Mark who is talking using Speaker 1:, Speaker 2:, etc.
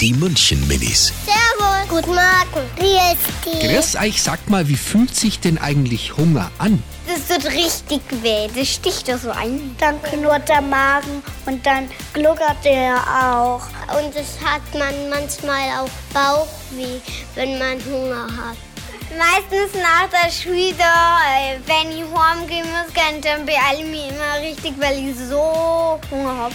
Speaker 1: Die München-Minis.
Speaker 2: Servus. Guten Morgen. Wie ist die?
Speaker 3: Grüß euch, sag mal, wie fühlt sich denn eigentlich Hunger an?
Speaker 2: Das tut richtig weh. Das sticht da so ein. Dann knurrt der Magen und dann gluckert der auch. Und das hat man manchmal auch Bauchweh, wenn man Hunger hat. Meistens nach der Schule, äh, wenn ich heimgehen muss, kann, dann beeile ich mich immer richtig, weil ich so Hunger habe.